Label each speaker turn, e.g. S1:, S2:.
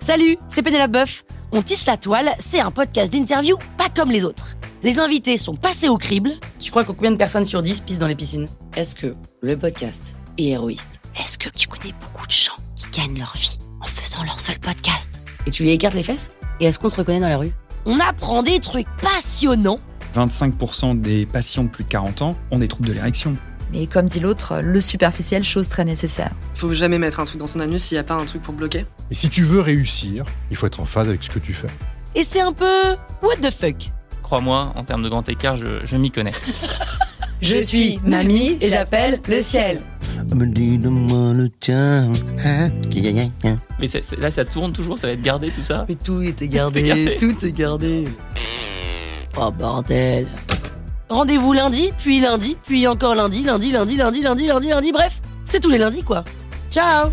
S1: Salut, c'est Pénélope Boeuf. On tisse la toile, c'est un podcast d'interview pas comme les autres. Les invités sont passés au crible.
S2: Tu crois que combien de personnes sur 10 pissent dans les piscines
S1: Est-ce que le podcast est héroïste Est-ce que tu connais beaucoup de gens qui gagnent leur vie en faisant leur seul podcast
S2: Et tu lui écartes les fesses Et est-ce qu'on te reconnaît dans la rue
S1: On apprend des trucs passionnants.
S3: 25% des patients de plus de 40 ans ont des troubles de l'érection.
S4: Et comme dit l'autre, le superficiel, chose très nécessaire.
S5: Faut jamais mettre un truc dans son anus s'il n'y a pas un truc pour bloquer.
S6: Et si tu veux réussir, il faut être en phase avec ce que tu fais.
S1: Et c'est un peu what the fuck.
S7: Crois-moi, en termes de grand écart, je, je m'y connais.
S8: Je suis mamie et j'appelle le ciel.
S7: Mais c'est- c'est- là, ça tourne toujours, ça va être gardé tout ça.
S2: Mais tout était
S7: Tout est gardé.
S2: tout est gardé. Oh bordel.
S1: Rendez-vous lundi, puis lundi, puis encore lundi, lundi, lundi, lundi, lundi, lundi, lundi, bref, c'est tous les lundis quoi. Ciao